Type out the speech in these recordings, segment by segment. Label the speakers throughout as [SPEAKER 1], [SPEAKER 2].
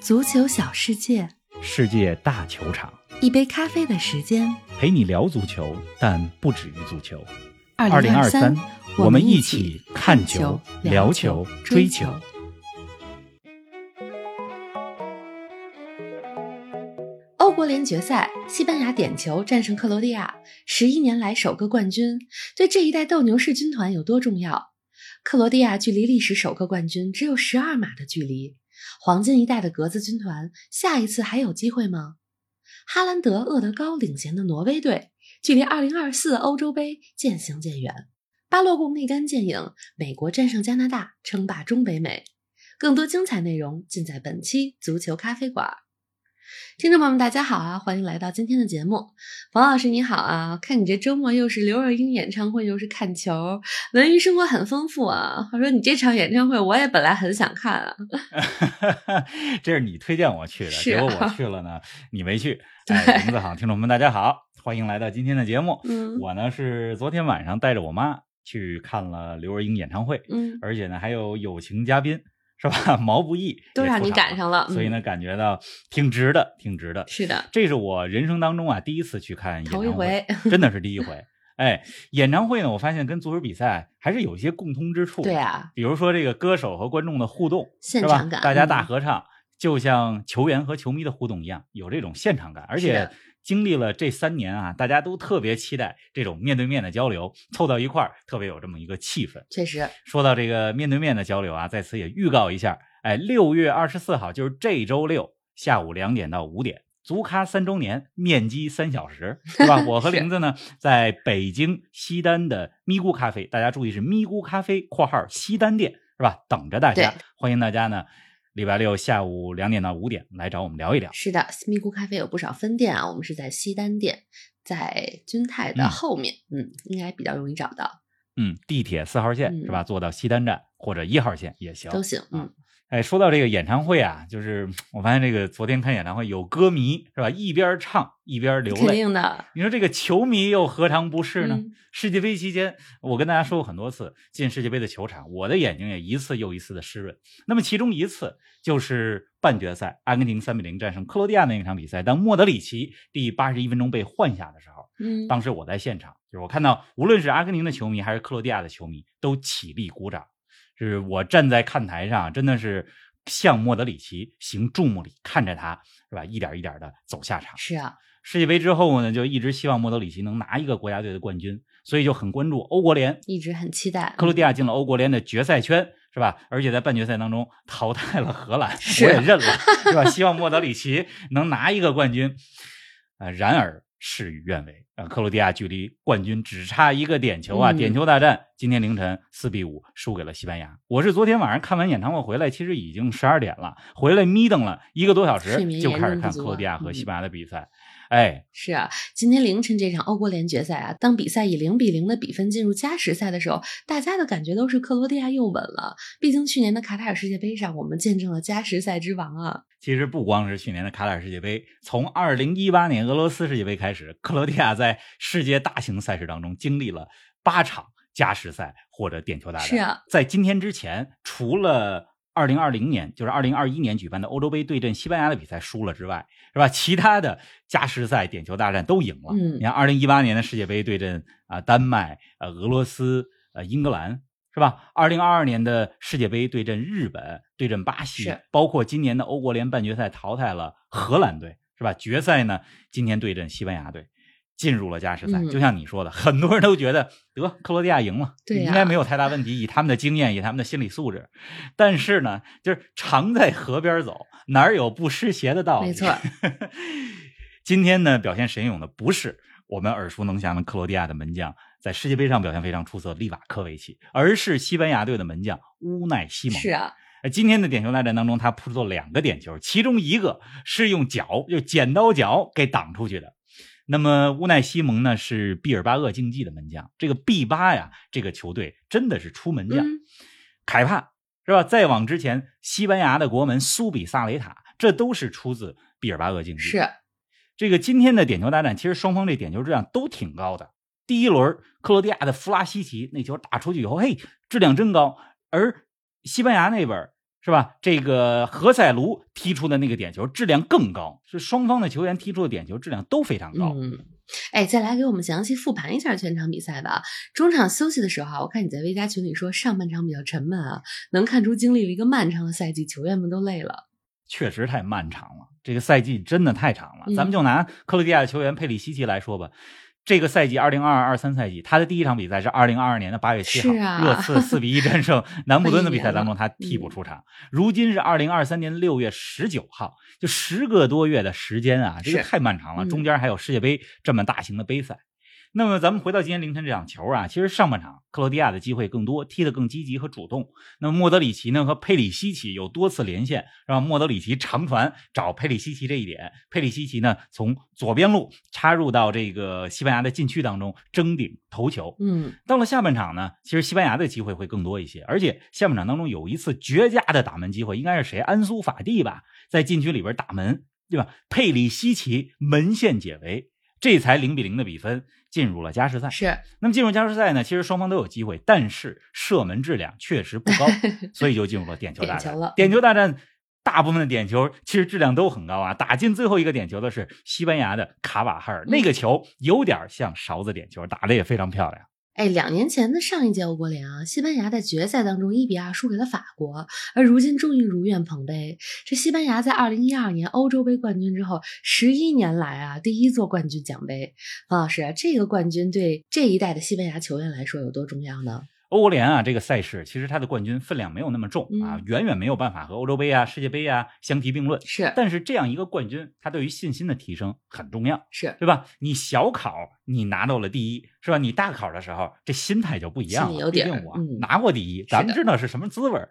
[SPEAKER 1] 足球小世界，
[SPEAKER 2] 世界大球场，
[SPEAKER 1] 一杯咖啡的时间。
[SPEAKER 2] 陪你聊足球，但不止于足球。
[SPEAKER 1] 二
[SPEAKER 2] 零二
[SPEAKER 1] 三，
[SPEAKER 2] 我
[SPEAKER 1] 们
[SPEAKER 2] 们一起看球、聊球、追球。
[SPEAKER 1] 欧国联决赛，西班牙点球战胜克罗地亚，十一年来首个冠军，对这一代斗牛士军团有多重要？克罗地亚距离历史首个冠军只有十二码的距离，黄金一代的格子军团，下一次还有机会吗？哈兰德、厄德高领衔的挪威队，距离2024欧洲杯渐行渐远。巴洛贡内干剑影，美国战胜加拿大，称霸中北美。更多精彩内容尽在本期足球咖啡馆。听众朋友们，大家好啊！欢迎来到今天的节目。冯老师你好啊！看你这周末又是刘若英演唱会，又是看球，文娱生活很丰富啊。话说你这场演唱会，我也本来很想看啊。
[SPEAKER 2] 这是你推荐我去的，
[SPEAKER 1] 是
[SPEAKER 2] 结果
[SPEAKER 1] 啊
[SPEAKER 2] 我去了呢， 你 没去。哎，林子好，听众朋友们，大家好，欢迎来到今天的节目。
[SPEAKER 1] 嗯
[SPEAKER 2] 我呢是昨天晚上带着我妈去看了刘若英演唱会，
[SPEAKER 1] 嗯，
[SPEAKER 2] 而且呢还有友情嘉宾是吧？ 毛不易
[SPEAKER 1] 都
[SPEAKER 2] 也
[SPEAKER 1] 让
[SPEAKER 2] 出
[SPEAKER 1] 你
[SPEAKER 2] 场
[SPEAKER 1] 赶
[SPEAKER 2] 了，
[SPEAKER 1] 上了，
[SPEAKER 2] 所以
[SPEAKER 1] 嗯，
[SPEAKER 2] 呢感觉到挺值的，挺值的。
[SPEAKER 1] 是的，
[SPEAKER 2] 这是我人生当中啊第一次去看演唱
[SPEAKER 1] 头
[SPEAKER 2] 会，
[SPEAKER 1] 一回
[SPEAKER 2] 真的是第一回。哎，演唱会呢，我发现跟足球比赛还是有一些共通之处。
[SPEAKER 1] 对，啊，
[SPEAKER 2] 比如说这个歌手和观众的互动，
[SPEAKER 1] 现
[SPEAKER 2] 是吧
[SPEAKER 1] 场感，
[SPEAKER 2] 大家大
[SPEAKER 1] 嗯
[SPEAKER 2] 合唱，就像球员和球迷的互动一样，有这种现场感。而
[SPEAKER 1] 是
[SPEAKER 2] 且
[SPEAKER 1] 的
[SPEAKER 2] 经历了这三年啊，大家都特别期待这种面对面的交流，凑到一块儿，特别有这么一个气氛。
[SPEAKER 1] 确实，
[SPEAKER 2] 说到这个面对面的交流啊，在此也预告一下，哎，六月二十四号，就是这周六下午两点到五点，足咖三周年，面基三小时，是吧？我和玲子呢，在北京西单的咪咕咖啡，大家注意是咪咕咖啡（括号西单店）是吧？等着大家
[SPEAKER 1] 对，
[SPEAKER 2] 欢迎大家呢，礼拜六下午两点到五点来找我们聊一聊。
[SPEAKER 1] 是的，咪咕咖啡有不少分店啊，我们是在西单店，在君泰的
[SPEAKER 2] 嗯
[SPEAKER 1] 后面，嗯，应该比较容易找到，
[SPEAKER 2] 嗯，地铁四号线
[SPEAKER 1] 嗯
[SPEAKER 2] 是吧？坐到西单站或者一号线也行。
[SPEAKER 1] 都行，嗯，
[SPEAKER 2] 哎，说到这个演唱会啊，就是我发现这个昨天看演唱会有歌迷是吧，一边唱一边流
[SPEAKER 1] 肯
[SPEAKER 2] 泪。
[SPEAKER 1] 定的，
[SPEAKER 2] 你说这个球迷又何尝不是呢？
[SPEAKER 1] 嗯
[SPEAKER 2] 世界杯期间，我跟大家说过很多次，进世界杯的球场，我的眼睛也一次又一次的湿润。那么其中一次就是半决赛，阿根廷三比零战胜克罗地亚那一场比赛，当莫德里奇第八十一分钟被换下的时候，
[SPEAKER 1] 嗯，
[SPEAKER 2] 当时我在现场，就是我看到无论是阿根廷的球迷还是克罗地亚的球迷都起立鼓掌，就是我站在看台上，真的是向莫德里奇行注目礼，看着他是吧，一点一点的走下场。
[SPEAKER 1] 是啊，
[SPEAKER 2] 世界杯之后呢，就一直希望莫德里奇能拿一个国家队的冠军，所以就很关注欧国联。
[SPEAKER 1] 一直很期待，嗯
[SPEAKER 2] 克罗地亚进了欧国联的决赛圈，是吧？而且在半决赛当中淘汰了荷兰，
[SPEAKER 1] 是
[SPEAKER 2] 我也认了，是吧？希望莫德里奇能拿一个冠军。呃，然而事与愿违，呃，克罗地亚距离冠军只差一个点球啊！
[SPEAKER 1] 嗯
[SPEAKER 2] 点球大战今天凌晨四比五输给了西班牙。我是昨天晚上看完演唱会回来，其实已经十二点了，回来眯瞪了一个多小
[SPEAKER 1] 睡
[SPEAKER 2] 时，
[SPEAKER 1] 眠
[SPEAKER 2] 就
[SPEAKER 1] 严
[SPEAKER 2] 开始
[SPEAKER 1] 重不
[SPEAKER 2] 看
[SPEAKER 1] 足
[SPEAKER 2] 克罗地
[SPEAKER 1] 啊
[SPEAKER 2] 亚和
[SPEAKER 1] 嗯
[SPEAKER 2] 西班牙的比赛。哎，
[SPEAKER 1] 是啊，今天凌晨这场欧国联决赛啊，当比赛以零比零的比分进入加时赛的时候，大家的感觉都是克罗地亚又稳了。毕竟去年的卡塔尔世界杯上，我们见证了加时赛之王啊。
[SPEAKER 2] 其实不光是去年的卡塔尔世界杯，从二零一八年俄罗斯世界杯开始，克罗地亚在世界大型赛事当中经历了八场加时赛或者点球大战。
[SPEAKER 1] 是啊，
[SPEAKER 2] 在今天之前，除了二零二零年，就是二零二一年举办的欧洲杯对阵西班牙的比赛输了之外，是吧？其他的加时赛、点球大战都赢了。
[SPEAKER 1] 嗯
[SPEAKER 2] 你看二零一八年的世界杯对阵啊、丹麦、呃俄罗斯、呃英格兰，是吧？二零二二年的世界杯对阵日本、对阵巴西
[SPEAKER 1] 是，
[SPEAKER 2] 包括今年的欧国联半决赛淘汰了荷兰队，是吧？决赛呢，今天对阵西班牙队，进入了加时赛。
[SPEAKER 1] 嗯
[SPEAKER 2] 就像你说的，很多人都觉得得克罗地亚赢了，
[SPEAKER 1] 对呀
[SPEAKER 2] 应该没有太大问题，以他们的经验，以他们的心理素质。但是呢，就是常在河边走，哪儿有不湿鞋的道理？
[SPEAKER 1] 没错。
[SPEAKER 2] 今天呢，表现神勇的不是我们耳熟能详的克罗地亚的门将，在世界杯上表现非常出色，利瓦科维奇，而是西班牙队的门将乌奈西蒙。
[SPEAKER 1] 是啊，
[SPEAKER 2] 呃，今天的点球大战当中，他扑出了两个点球，其中一个是用脚，就剪刀脚给挡出去的。那么乌奈西蒙呢，是毕尔巴鄂竞技的门将，这个 B 八呀，这个球队真的是出门将。
[SPEAKER 1] 嗯
[SPEAKER 2] 凯帕是吧？再往之前，西班牙的国门苏比萨雷塔，这都是出自毕尔巴鄂竞技。
[SPEAKER 1] 是
[SPEAKER 2] 这个今天的点球大战，其实双方这点球质量都挺高的。第一轮，克罗地亚的弗拉西奇那球打出去以后，嘿，质量真高。而西班牙那边是吧？这个何塞卢踢出的那个点球质量更高，是双方的球员踢出的点球质量都非常高。
[SPEAKER 1] 嗯，哎，再来给我们详细复盘一下全场比赛吧。中场休息的时候啊，我看你在微加群里说上半场比较沉闷啊，能看出经历了一个漫长的赛季，球员们都累了。
[SPEAKER 2] 确实太漫长了，这个赛季真的太长了。
[SPEAKER 1] 嗯
[SPEAKER 2] 咱们就拿克罗地亚的球员佩里西奇来说吧，这个赛季二零二二二三赛季，他的第一场比赛是二零二二年的八月七号，
[SPEAKER 1] 是啊
[SPEAKER 2] 热刺四比一 战胜南普敦的比赛当中，
[SPEAKER 1] 那
[SPEAKER 2] 他
[SPEAKER 1] 一年了嗯
[SPEAKER 2] 替补出场。如今是二零二三年六月十九号，就十个多月的时间啊，这个
[SPEAKER 1] 是
[SPEAKER 2] 太漫长了。
[SPEAKER 1] 嗯
[SPEAKER 2] 中间还有世界杯这么大型的杯赛。那么咱们回到今天凌晨这场球啊，其实上半场克罗地亚的机会更多，踢得更积极和主动。那莫德里奇呢和佩里西奇有多次连线，让莫德里奇长传找佩里西奇这一点，佩里西奇呢从左边路插入到这个西班牙的禁区当中争顶头球。
[SPEAKER 1] 嗯，
[SPEAKER 2] 到了下半场呢，其实西班牙的机会会更多一些，而且下半场当中有一次绝佳的打门机会，应该是谁？安苏法蒂吧，在禁区里边打门，对吧？佩里西奇门线解围，这才零比零的比分进入了加时赛。
[SPEAKER 1] 是
[SPEAKER 2] 那么进入加时赛呢，其实双方都有机会，但是射门质量确实 不高，所以就进入了点球大
[SPEAKER 1] 点
[SPEAKER 2] 战。
[SPEAKER 1] 球了
[SPEAKER 2] 大战大部分的点球其实质量都很高啊。打进最后一个点球的是西班牙的卡瓦哈尔，那
[SPEAKER 1] 嗯
[SPEAKER 2] 个球有点像勺子点球，打的也非常漂亮。
[SPEAKER 1] 哎，两年前的上一届欧国联啊，西班牙在决赛当中一比二输给了法国，而如今终于如愿捧杯。这西班牙在二零一二年欧洲杯冠军之后，十一年来啊第一座冠军奖杯。王老师啊，这个冠军对这一代的西班牙球员来说有多重要呢？
[SPEAKER 2] 欧国联啊，这个赛事其实它的冠军分量没有那么重啊
[SPEAKER 1] 嗯，
[SPEAKER 2] 远远没有办法和欧洲杯啊、世界杯啊相提并论。
[SPEAKER 1] 是
[SPEAKER 2] 但是这样一个冠军，它对于信心的提升很重要。
[SPEAKER 1] 是，
[SPEAKER 2] 对吧？你小考你拿到了第一，是吧？你大考的时候这心态就不一样
[SPEAKER 1] 心里
[SPEAKER 2] 了。
[SPEAKER 1] 有
[SPEAKER 2] 毕
[SPEAKER 1] 底儿
[SPEAKER 2] 竟我
[SPEAKER 1] 嗯
[SPEAKER 2] 拿过第一，咱们知道是什么滋味儿。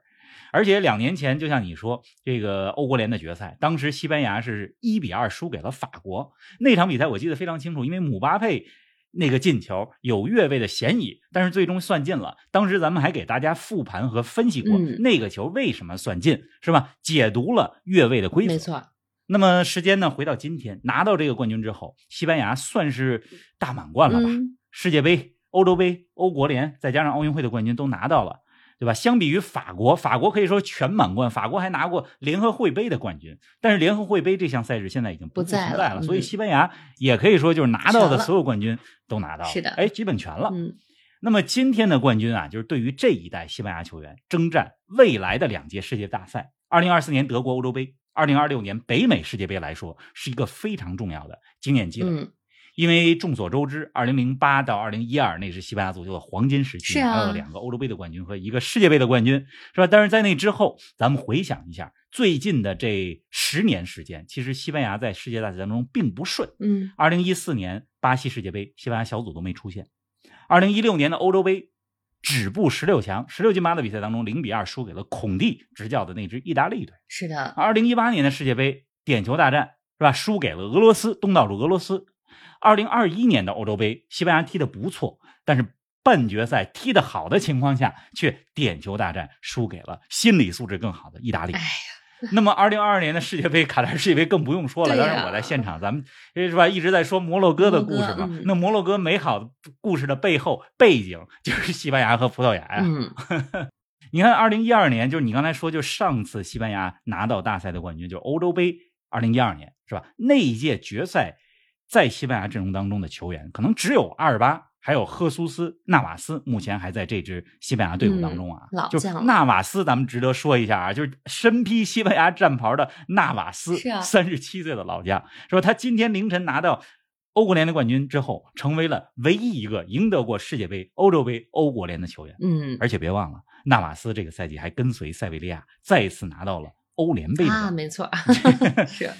[SPEAKER 2] 而且两年前，就像你说，这个欧国联的决赛，当时西班牙是一比二输给了法国。那场比赛我记得非常清楚，因为姆巴佩那个进球有越位的嫌疑，但是最终算进了。当时咱们还给大家复盘和分析过
[SPEAKER 1] 嗯
[SPEAKER 2] 那个球为什么算进，是吧？解读了越位的规则。
[SPEAKER 1] 没错，
[SPEAKER 2] 那么时间呢？回到今天，拿到这个冠军之后，西班牙算是大满贯了吧？
[SPEAKER 1] 嗯，
[SPEAKER 2] 世界杯、欧洲杯、欧国联，再加上奥运会的冠军都拿到了，对吧？相比于法国，法国可以说全满贯，法国还拿过联合会杯的冠军。但是联合会杯这项赛事现在已经
[SPEAKER 1] 不
[SPEAKER 2] 不
[SPEAKER 1] 在
[SPEAKER 2] 存
[SPEAKER 1] 了
[SPEAKER 2] 在了，所以
[SPEAKER 1] 嗯
[SPEAKER 2] 西班牙也可以说就是拿到
[SPEAKER 1] 全
[SPEAKER 2] 的
[SPEAKER 1] 了
[SPEAKER 2] 所有冠军都拿到了，
[SPEAKER 1] 是的
[SPEAKER 2] 哎，基本全了。
[SPEAKER 1] 嗯，
[SPEAKER 2] 那么今天的冠军啊，就是对于这一代西班牙球员征战未来的两届世界大赛，二零二四年德国欧洲杯，二零二六年北美世界杯来说，是一个非常重要的经验积累。
[SPEAKER 1] 嗯，
[SPEAKER 2] 因为众所周知，二零零八到二零一二那是西班牙足球的黄金时期，
[SPEAKER 1] 是啊
[SPEAKER 2] 拿到了两个欧洲杯的冠军和一个世界杯的冠军，是吧？但是在那之后，咱们回想一下最近的这十年时间，其实西班牙在世界大赛当中并不顺。
[SPEAKER 1] 嗯，
[SPEAKER 2] 二零一四年巴西世界杯，西班牙小组都没出现；二零一六年的欧洲杯，止步十六强，十六进八的比赛当中，零比二输给了孔蒂执教的那支意大利队。
[SPEAKER 1] 是的，
[SPEAKER 2] 二零一八年的世界杯点球大战是吧？输给了俄罗斯，东道主俄罗斯。二零二一年的欧洲杯，西班牙踢得不错，但是半决赛踢得好的情况下，却点球大战输给了心理素质更好的意大利
[SPEAKER 1] 哎。
[SPEAKER 2] 那么，二零二二年的世界杯，卡塔尔世界杯更不用说了。
[SPEAKER 1] 对呀
[SPEAKER 2] 当然，我在现场，咱们是吧一直在说摩洛哥的故事
[SPEAKER 1] 摩洛
[SPEAKER 2] 嘛
[SPEAKER 1] 哥嗯。
[SPEAKER 2] 那摩洛哥美好的故事的背后背景，就是西班牙和葡萄牙哎呀。
[SPEAKER 1] 嗯，
[SPEAKER 2] 你看，二零一二年就是你刚才说，就上次西班牙拿到大赛的冠军，就是欧洲杯，二零一二年是吧？那一届决赛，在西班牙阵容当中的球员，可能只有阿尔巴，还有赫苏斯、纳瓦斯，目前还在这支西班牙队伍当中啊。
[SPEAKER 1] 嗯老
[SPEAKER 2] 就
[SPEAKER 1] 将了
[SPEAKER 2] 纳瓦斯，咱们值得说一下啊，就是身披西班牙战袍的纳瓦斯，
[SPEAKER 1] 是啊
[SPEAKER 2] 三十七岁的老将，说他今天凌晨拿到。欧国联的冠军之后，成为了唯一一个赢得过世界杯、欧洲杯、欧国联的球员。
[SPEAKER 1] 嗯，
[SPEAKER 2] 而且别忘了，纳瓦斯这个赛季还跟随塞维利亚再次拿到了欧联杯的
[SPEAKER 1] 啊，
[SPEAKER 2] 冠军。
[SPEAKER 1] 没 错，是，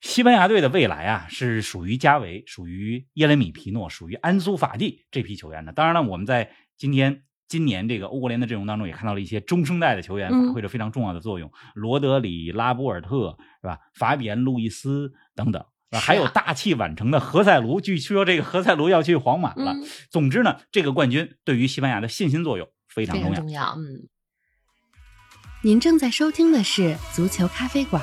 [SPEAKER 2] 西班牙队的未来啊，是属于加维、属于耶雷米皮诺、属于安苏法蒂这批球员的。当然了，我们在今天。今年这个欧国联的阵容当中，也看到了一些中生代的球员
[SPEAKER 1] 嗯
[SPEAKER 2] 发挥着非常重要的作用，罗德里、拉波尔特是吧？法比安·路易斯等等，
[SPEAKER 1] 是啊
[SPEAKER 2] 还有大器晚成的何塞卢。据说这个何塞卢要去皇马了。
[SPEAKER 1] 嗯，
[SPEAKER 2] 总之呢，这个冠军对于西班牙的信心作用非常
[SPEAKER 1] 非
[SPEAKER 2] 重
[SPEAKER 1] 常重
[SPEAKER 2] 要。
[SPEAKER 1] 要，嗯。您正在收听的是《足球咖啡馆》，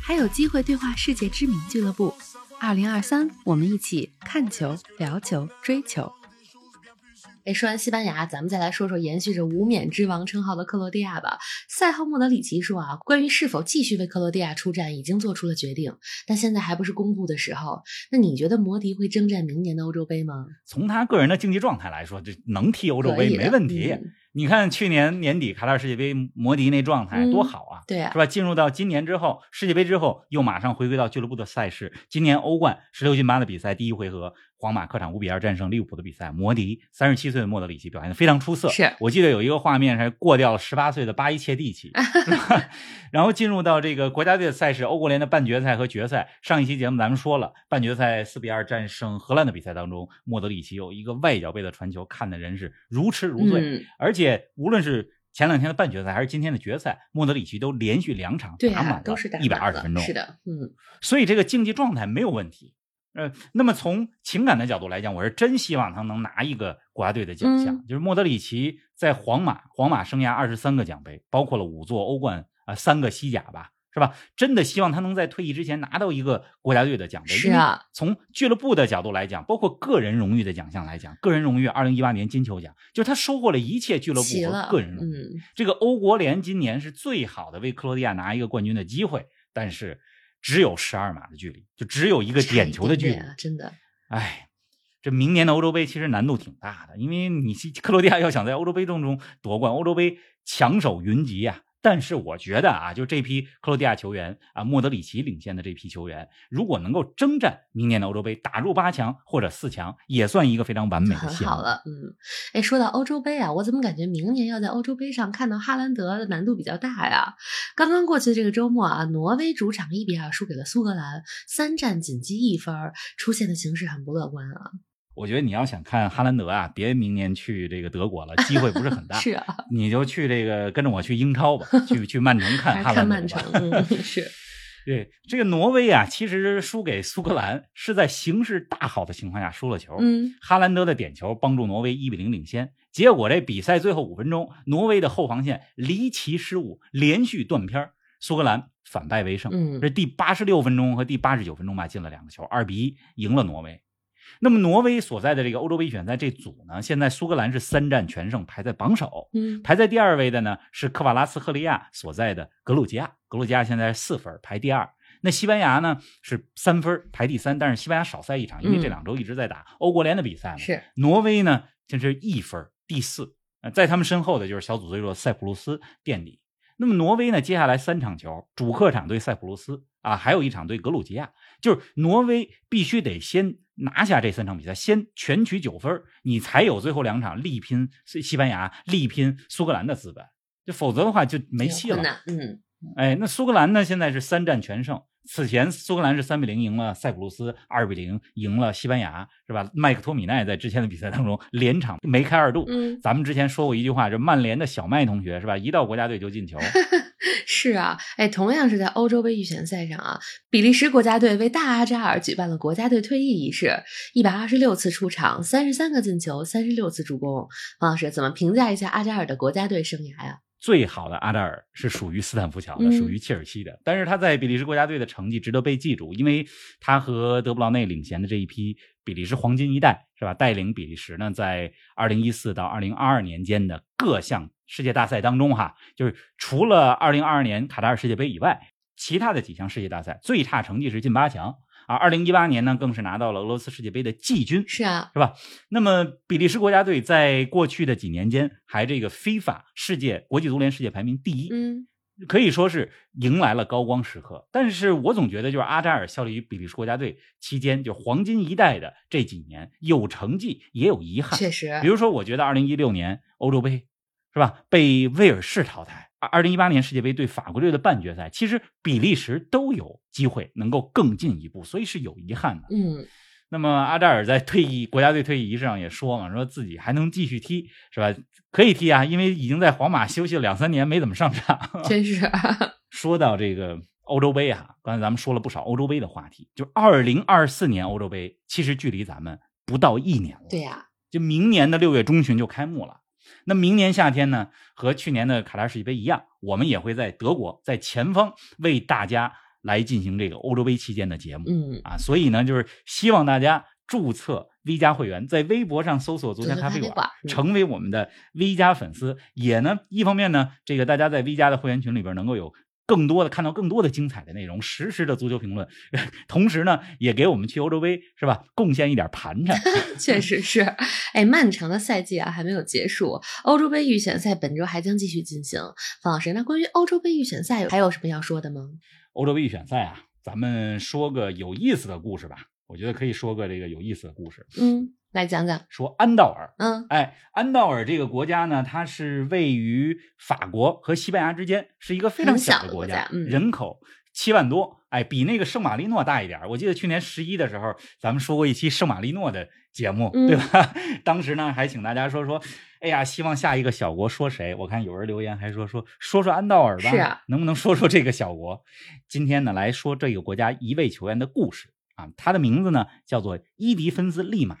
[SPEAKER 1] 还有机会对话世界知名俱乐部。二零二三，我们一起看球、聊球、追球。哎，说完西班牙，咱们再来说说延续着无冕之王称号的克罗地亚吧。赛后，莫德里奇说啊，关于是否继续为克罗地亚出战，已经做出了决定，但现在还不是公布的时候。那你觉得摩迪会征战明年的欧洲杯吗？
[SPEAKER 2] 从他个人的竞技状态来说，这能踢欧洲
[SPEAKER 1] 可以
[SPEAKER 2] 杯
[SPEAKER 1] 的
[SPEAKER 2] 没问题。
[SPEAKER 1] 嗯
[SPEAKER 2] 你看去年年底卡塔尔世界杯，摩迪那状态
[SPEAKER 1] 嗯
[SPEAKER 2] 多好啊，
[SPEAKER 1] 对啊
[SPEAKER 2] 是，吧？进入到今年之后，世界杯之后又马上回归到俱乐部的赛事。今年欧冠十六进八的比赛第一回合，皇马客场五比二战胜利物浦的比赛，摩迪三十七岁的莫德里奇表现的非常出色。
[SPEAKER 1] 是
[SPEAKER 2] 我记得有一个画面还过掉了十八岁的巴伊切蒂 奇，是吧然后进入到这个国家队的赛事，欧国联的半决赛和决赛。上一期节目咱们说了，半决赛四比二战胜荷兰的比赛当中，莫德里奇有一个外脚背的传球，看的人是如痴如醉。
[SPEAKER 1] 嗯，
[SPEAKER 2] 而且无论是前两天的半决赛还是今天的决赛，莫德里奇都连续两场
[SPEAKER 1] 对
[SPEAKER 2] 打满
[SPEAKER 1] 啊
[SPEAKER 2] 了，
[SPEAKER 1] 都是打
[SPEAKER 2] 一百二
[SPEAKER 1] 满了
[SPEAKER 2] 十分钟，
[SPEAKER 1] 是的，嗯，
[SPEAKER 2] 所以这个竞技状态没有问题。呃，那么从情感的角度来讲，我是真希望他能拿一个国家队的奖项。
[SPEAKER 1] 嗯
[SPEAKER 2] 就是莫德里奇在皇马，皇马生涯二十三个奖杯，包括了五座欧冠啊、呃三个西甲吧，是吧？真的希望他能在退役之前拿到一个国家队的奖杯。
[SPEAKER 1] 是啊，
[SPEAKER 2] 从俱乐部的角度来讲，包括个人荣誉的奖项来讲，个人荣誉二零一八年金球奖，就是他收获了一切俱乐部
[SPEAKER 1] 齐了
[SPEAKER 2] 和，个人荣誉。
[SPEAKER 1] 嗯，
[SPEAKER 2] 这个欧国联今年是最好的为克罗地亚拿一个冠军的机会，但是只有十二码的距离，就只有一个
[SPEAKER 1] 差
[SPEAKER 2] 点
[SPEAKER 1] 一
[SPEAKER 2] 球的距
[SPEAKER 1] 点
[SPEAKER 2] 离
[SPEAKER 1] 点。啊真的，
[SPEAKER 2] 哎，这明年的欧洲杯其实难度挺大的，因为你西克罗地亚要想在欧洲杯当中夺冠，欧洲杯强手云集呀、但是我觉得啊，就这批克罗地亚球员啊，莫德里奇领先的这批球员，如果能够征战明年的欧洲杯，打入八强或者四强，也算一个非常完美的
[SPEAKER 1] 很
[SPEAKER 2] 线
[SPEAKER 1] 好
[SPEAKER 2] 路。
[SPEAKER 1] 了，嗯，哎，说到欧洲杯啊，我怎么感觉明年要在欧洲杯上看到哈兰德的难度比较大呀？刚刚过去的这个周末啊，挪威主场一比二输给了苏格兰，三战仅积一分儿，出现的形势很不乐观啊。
[SPEAKER 2] 我觉得你要想看哈兰德啊，别明年去这个德国了，机会不 是很大。
[SPEAKER 1] 是啊，
[SPEAKER 2] 你就去这个跟着我去英超吧，去去曼城看
[SPEAKER 1] 还
[SPEAKER 2] 哈
[SPEAKER 1] 看
[SPEAKER 2] 兰
[SPEAKER 1] 曼
[SPEAKER 2] 德
[SPEAKER 1] 城
[SPEAKER 2] 吧。，
[SPEAKER 1] 嗯， 是
[SPEAKER 2] 对，这个挪威啊，其实输给苏格兰是在形势大好的情况下输了球。
[SPEAKER 1] 嗯，
[SPEAKER 2] 哈兰德的点球帮助挪威一比零领先，结果这比赛最后五分钟，挪威的后防线离奇失误，连续断片儿苏格兰反败为胜。
[SPEAKER 1] 嗯
[SPEAKER 2] 这第八十六分钟和第八十九分钟吧，进了两个球，二比一赢了挪威。那么挪威所在的这个欧洲杯选赛这组呢，现在苏格兰是三战全胜，排在榜首。
[SPEAKER 1] 嗯，
[SPEAKER 2] 排在第二位的呢是科瓦拉斯赫利亚所在的格鲁吉亚，格鲁吉亚现在是四分排第二。那西班牙呢是三分排第三，但是西班牙少赛一场，因为
[SPEAKER 1] 嗯
[SPEAKER 2] 这两周一直在打欧国联的比赛嘛。
[SPEAKER 1] 是
[SPEAKER 2] 挪威呢这是一分第四，呃在他们身后的就是小组最弱的塞浦路斯垫底。那么挪威呢，接下来三场球，主客场对塞浦路斯啊，还有一场对格鲁吉亚，就是挪威必须得先拿下这三场比赛，先全取九分儿，你才有最后两场力拼西西班牙、力拼苏格兰的资本。就否则的话就没戏
[SPEAKER 1] 很
[SPEAKER 2] 了。
[SPEAKER 1] 难，嗯，
[SPEAKER 2] 哎，那苏格兰呢？现在是三战全胜。此前苏格兰是三比零赢了塞浦路斯，二比零赢了西班牙，是吧？麦克托米奈在之前的比赛当中连场梅开二度。
[SPEAKER 1] 嗯
[SPEAKER 2] 咱们之前说过一句话，这曼联的小麦同学是吧？一到国家队就进球。
[SPEAKER 1] 是啊，哎，同样是在欧洲杯预选赛上啊，比利时国家队为大阿扎尔举办了国家队退役仪式，一百二十六次出场，三十三个进球，三十六次助攻。王老师怎么评价一下阿扎尔的国家队生涯呀、
[SPEAKER 2] 最好的阿扎尔是属于斯坦福桥的，
[SPEAKER 1] 嗯
[SPEAKER 2] 属于切尔西的。但是他在比利时国家队的成绩值得被记住，因为他和德布劳内领衔的这一批比利时黄金一代是吧，带领比利时呢，在二零一四到二零二二年间的各项世界大赛当中哈，就是除了二零二二年卡塔尔世界杯以外，其他的几项世界大赛最差成绩是进八强。啊，二零一八年呢，更是拿到了俄罗斯世界杯的季军，
[SPEAKER 1] 是啊，
[SPEAKER 2] 是吧？那么比利时国家队在过去的几年间，还这个 FIFA 世界国际足联世界排名第一，
[SPEAKER 1] 嗯，
[SPEAKER 2] 可以说是迎来了高光时刻。但是我总觉得，就是阿扎尔效力于比利时国家队期间，就黄金一代的这几年，有成绩也有遗憾。
[SPEAKER 1] 确实，
[SPEAKER 2] 比如说，我觉得二零一六年欧洲杯是吧，被威尔士淘汰；二零一八年世界杯对法国队的半决赛，其实比利时都有机会能够更进一步，所以是有遗憾的。
[SPEAKER 1] 嗯，
[SPEAKER 2] 那么阿扎尔在退役国家队退役仪式上也说嘛，说自己还能继续踢，是吧？可以踢啊，因为已经在皇马休息了两三年，没怎么上场。
[SPEAKER 1] 真是，
[SPEAKER 2] 说到这个欧洲杯哈、刚才咱们说了不少欧洲杯的话题，就二零二四年欧洲杯，其实距离咱们不到一年了。
[SPEAKER 1] 对呀、
[SPEAKER 2] 就明年的六月中旬就开幕了。那明年夏天呢，和去年的卡塔尔世界杯一样，我们也会在德国，在前方为大家来进行这个欧洲杯期间的节目。
[SPEAKER 1] 嗯，
[SPEAKER 2] 啊，所以呢，就是希望大家注册 V 加会员，在微博上搜索“足
[SPEAKER 1] 足
[SPEAKER 2] 球
[SPEAKER 1] 球
[SPEAKER 2] 咖
[SPEAKER 1] 咖
[SPEAKER 2] 啡
[SPEAKER 1] 啡
[SPEAKER 2] 馆
[SPEAKER 1] 馆”，嗯
[SPEAKER 2] 成为我们的 V 加粉丝。也呢，一方面呢，这个大家在 V 加的会员群里边能够有。更多的看到更多的精彩的内容，实时的足球评论， 同时呢，也给我们去欧洲杯是吧贡献一点盘 缠。
[SPEAKER 1] 确实是。哎，漫长的赛季啊还没有结束，欧洲杯预选赛本周还将继续进行。方老师，那关于欧洲杯预选赛还有什么要说的吗？
[SPEAKER 2] 欧洲杯预选赛啊，咱们说个有意思的故事吧。我觉得可以说个这个有意思的故事，
[SPEAKER 1] 嗯，来讲讲。
[SPEAKER 2] 说安道尔。
[SPEAKER 1] 嗯
[SPEAKER 2] 哎，安道尔这个国家呢，它是位于法国和西班牙之间，是一个非常
[SPEAKER 1] 很
[SPEAKER 2] 小
[SPEAKER 1] 小的
[SPEAKER 2] 国
[SPEAKER 1] 国
[SPEAKER 2] 家，
[SPEAKER 1] 家嗯
[SPEAKER 2] 人口七万多，哎，比那个圣马力诺大一点儿。我记得去年十一的时候，咱们说过一期圣马力诺的节目，
[SPEAKER 1] 嗯
[SPEAKER 2] 对吧？ 当时呢，还请大家说说，哎呀，希望下一个小国说谁？我看有人留言还说说说说安道尔吧，
[SPEAKER 1] 是啊
[SPEAKER 2] 能不能说说这个小国？今天呢，来说这个国家一位球员的故事啊，他的名字呢叫做伊迪芬斯·利马。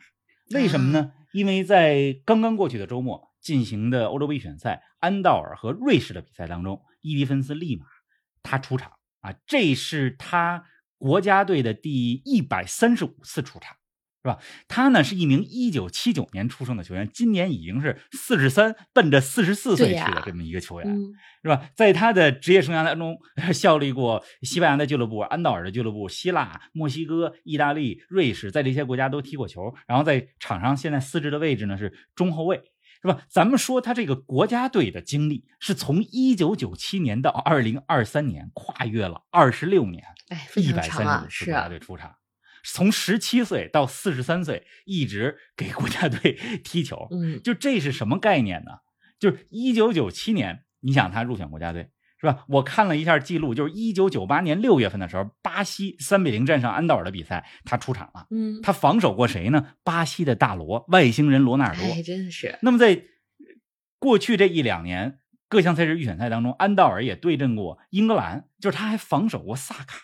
[SPEAKER 2] 为什么呢？
[SPEAKER 1] 啊
[SPEAKER 2] 因为在刚刚过去的周末进行的欧洲杯选赛，安道尔和瑞士的比赛当中，伊迪芬斯·利马他出场啊，这是他国家队的第一百三十五次出场。是吧？他呢是一名一九七九年出生的球员，今年已经是四十三，奔着四十四岁
[SPEAKER 1] 对
[SPEAKER 2] 去
[SPEAKER 1] 呀
[SPEAKER 2] 的这么一个球员。
[SPEAKER 1] 嗯
[SPEAKER 2] 是吧？在他的职业生涯当中， 效力过西班牙的俱乐部、安道尔的俱乐部、希腊、墨西哥、意大利、瑞士，在这些国家都踢过球。然后在场上现在司职的位置呢是中后卫，是吧？咱们说他这个国家队的经历是从一九九七年到二零二三年，跨越了二十六年，
[SPEAKER 1] 哎，非
[SPEAKER 2] 一
[SPEAKER 1] 常
[SPEAKER 2] 百
[SPEAKER 1] 长
[SPEAKER 2] 三
[SPEAKER 1] 啊，
[SPEAKER 2] 十五
[SPEAKER 1] 是
[SPEAKER 2] 次国家
[SPEAKER 1] 啊
[SPEAKER 2] 队出场。从十七岁到四十三岁，一直给国家队 踢球。
[SPEAKER 1] 嗯，
[SPEAKER 2] 就这是什么概念呢？就是一九九七年，你想他入选国家队是吧？我看了一下记录，就是一九九八年六月份的时候，巴西三比零战胜安道尔的比赛，他出场了。
[SPEAKER 1] 嗯，
[SPEAKER 2] 他防守过谁呢？巴西的大罗，外星人罗纳尔多。
[SPEAKER 1] 哎，真的是，
[SPEAKER 2] 那么在呃过去这一两年各项赛事预选赛当中，安道尔也对阵过英格兰，就是他还防守过萨卡。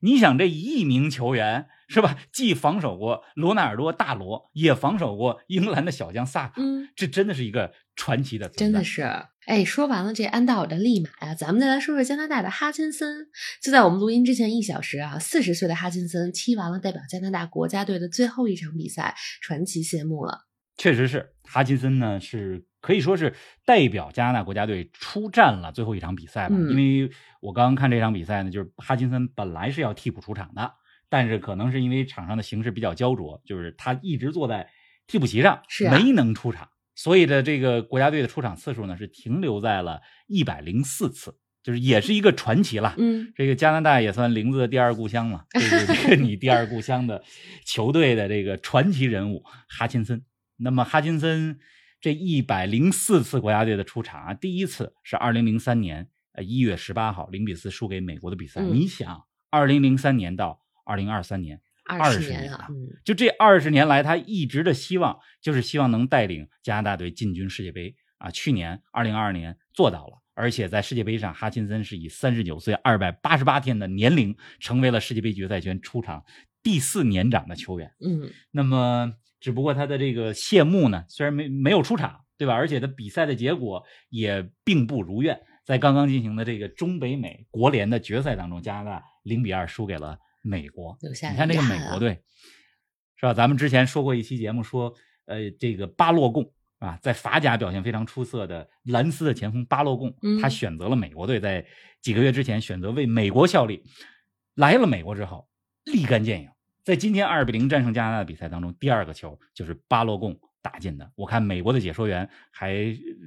[SPEAKER 2] 你想这一亿名球员是吧？既防守过罗纳尔多、大罗，也防守过英格兰的小将萨卡。
[SPEAKER 1] 嗯，
[SPEAKER 2] 这真的是一个传奇的存在，
[SPEAKER 1] 真的是。哎，说完了这安道尔的利马呀、咱们再来说说加拿大的哈金森。就在我们录音之前一小时啊，四十岁的哈金森踢完了代表加拿大国家队的最后一场比赛，传奇谢幕了。
[SPEAKER 2] 确实是哈金森呢，是可以说是代表加拿大国家队出战了最后一场比赛吧。
[SPEAKER 1] 嗯
[SPEAKER 2] 因为我刚刚看这场比赛呢，就是哈金森本来是要替补出场的，但是可能是因为场上的形势比较焦灼，就是他一直坐在替补席上，
[SPEAKER 1] 是啊
[SPEAKER 2] 没能出场，所以的这个国家队的出场次数呢是停留在了一百零四次，就是也是一个传奇啦。
[SPEAKER 1] 嗯，
[SPEAKER 2] 这个加拿大也算玲子的第二故乡嘛，这是这 个你第二故乡的球队的这个传奇人物哈金森。那么哈金森这一百零四次国家队的出场啊，第一次是二零零三年呃一月十八号零比四输给美国的比赛。
[SPEAKER 1] 嗯
[SPEAKER 2] 你想，二零零三年到二零二三年，
[SPEAKER 1] 二
[SPEAKER 2] 20
[SPEAKER 1] 十年
[SPEAKER 2] 年啊
[SPEAKER 1] 啊，嗯，
[SPEAKER 2] 就这二十年来，他一直的希望就是希望能带领加拿大队进军世界杯啊。去年二零二二年做到了，而且在世界杯上，哈金森是以三十九岁二百八十八天的年龄，成为了世界杯决赛圈出场第四年长的球员。
[SPEAKER 1] 嗯，
[SPEAKER 2] 那么，只不过他的这个谢幕呢，虽然没没有出场，对吧？而且他比赛的结果也并不如愿，在刚刚进行的这个中北美国联的决赛当中，加拿大零比二输给了美国。
[SPEAKER 1] 留下
[SPEAKER 2] 你看这个
[SPEAKER 1] 遗
[SPEAKER 2] 美
[SPEAKER 1] 憾啊
[SPEAKER 2] 国队，是吧？咱们之前说过一期节目说，呃，这个巴洛贡啊，在法甲表现非常出色的兰斯的前锋巴洛贡，
[SPEAKER 1] 嗯
[SPEAKER 2] 他选择了美国队，在几个月之前选择为美国效力，来了美国之后立竿见影，在今天二比零战胜加拿大的比赛当中，第二个球就是巴洛贡。打进的，我看美国的解说员还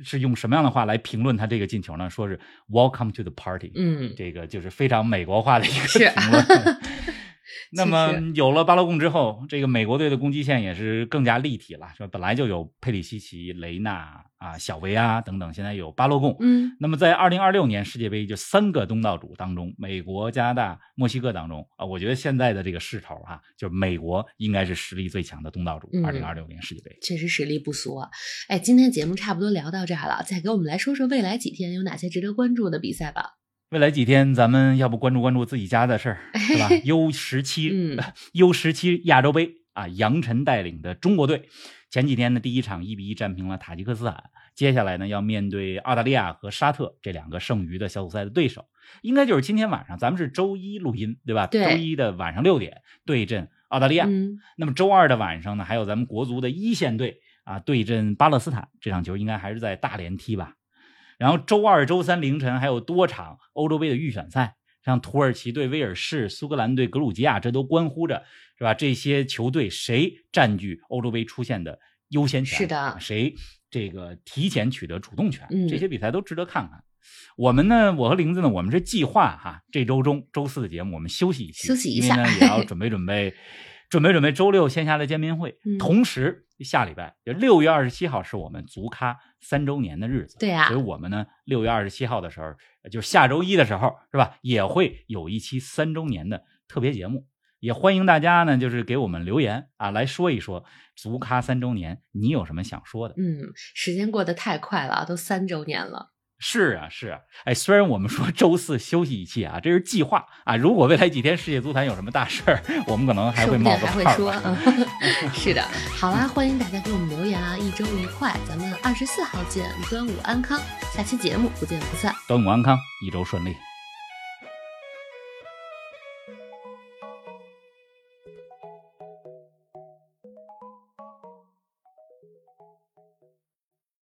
[SPEAKER 2] 是用什么样的话来评论他这个进球呢？说是 “Welcome to the party”，
[SPEAKER 1] 嗯，
[SPEAKER 2] 这个就是非常美国化的一
[SPEAKER 1] 是
[SPEAKER 2] 个 评论。那
[SPEAKER 1] 确
[SPEAKER 2] 么
[SPEAKER 1] 实
[SPEAKER 2] 有了巴洛贡之后，这个美国队的攻击线也是更加立体了，是吧？本来就有佩里西奇、雷纳啊、小维啊等等，现在有巴洛贡。
[SPEAKER 1] 嗯，
[SPEAKER 2] 那么在二零二六年世界杯就三个东道主当中，美国、加拿大、墨西哥当中啊，我觉得现在的这个势头啊，就是美国应该是实力最强的东道主。
[SPEAKER 1] 嗯
[SPEAKER 2] 二零二六年世界杯，
[SPEAKER 1] 确实实力不俗啊。哎，今天节目差不多聊到这儿了，再给我们来说说未来几天有哪些值得关注的比赛吧。
[SPEAKER 2] 未来几天咱们要不关注关注自己家的 事儿，是吧？U 十七
[SPEAKER 1] 嗯
[SPEAKER 2] ，U 十七亚洲杯啊，杨晨带领的中国队前几天的第一场一比一战平了塔吉克斯坦，接下来呢要面对澳大利亚和沙特这两个剩余的小组赛的对手，应该就是今天晚上，咱们是周一录音，对吧？
[SPEAKER 1] 对
[SPEAKER 2] 周一的晚上六点对阵澳大利亚。
[SPEAKER 1] 嗯，
[SPEAKER 2] 那么周二的晚上呢，还有咱们国足的一线队啊对阵巴勒斯坦，这场球应该还是在大连踢吧。然后周二、周三凌晨还有多场欧洲杯的预选赛，像土耳其对威尔士、苏格兰对格鲁吉亚，这都关乎着是吧？这些球队谁占据欧洲杯出现的优先权？
[SPEAKER 1] 是的
[SPEAKER 2] 啊谁这个提前取得主动权？
[SPEAKER 1] 嗯
[SPEAKER 2] 这些比赛都值得看看。我们呢，我和玲子呢，我们是计划哈，这周中周四的节目我们休息一期，
[SPEAKER 1] 休息一
[SPEAKER 2] 因为呢
[SPEAKER 1] 下
[SPEAKER 2] 也要准备准备，准备准备周六线下的见面会。
[SPEAKER 1] 嗯
[SPEAKER 2] 同时，下礼拜就六月二十七号是我们足咖三周年的日子，
[SPEAKER 1] 对啊
[SPEAKER 2] 所以我们呢六月二十七号的时候，呃就是下周一的时候，是吧？也会有一期三周年的特别节目。也欢迎大家呢，就是给我们留言啊，来说一说足咖三周年，你有什么想说的？
[SPEAKER 1] 嗯，时间过得太快了啊，都三周年了。
[SPEAKER 2] 是啊，是啊，哎，虽然我们说周四休息一期啊，这是计划啊。如果未来几天世界足坛有什么大事儿，我们可能还
[SPEAKER 1] 说
[SPEAKER 2] 会
[SPEAKER 1] 不定
[SPEAKER 2] 冒个
[SPEAKER 1] 还会
[SPEAKER 2] 泡儿
[SPEAKER 1] 说，
[SPEAKER 2] 吧
[SPEAKER 1] 嗯， 是的，好啦，欢迎大家给我们留言啊，一周愉快，咱们二十四号见，端午安康，下期节目不见不散。
[SPEAKER 2] 端午安康，一周顺利。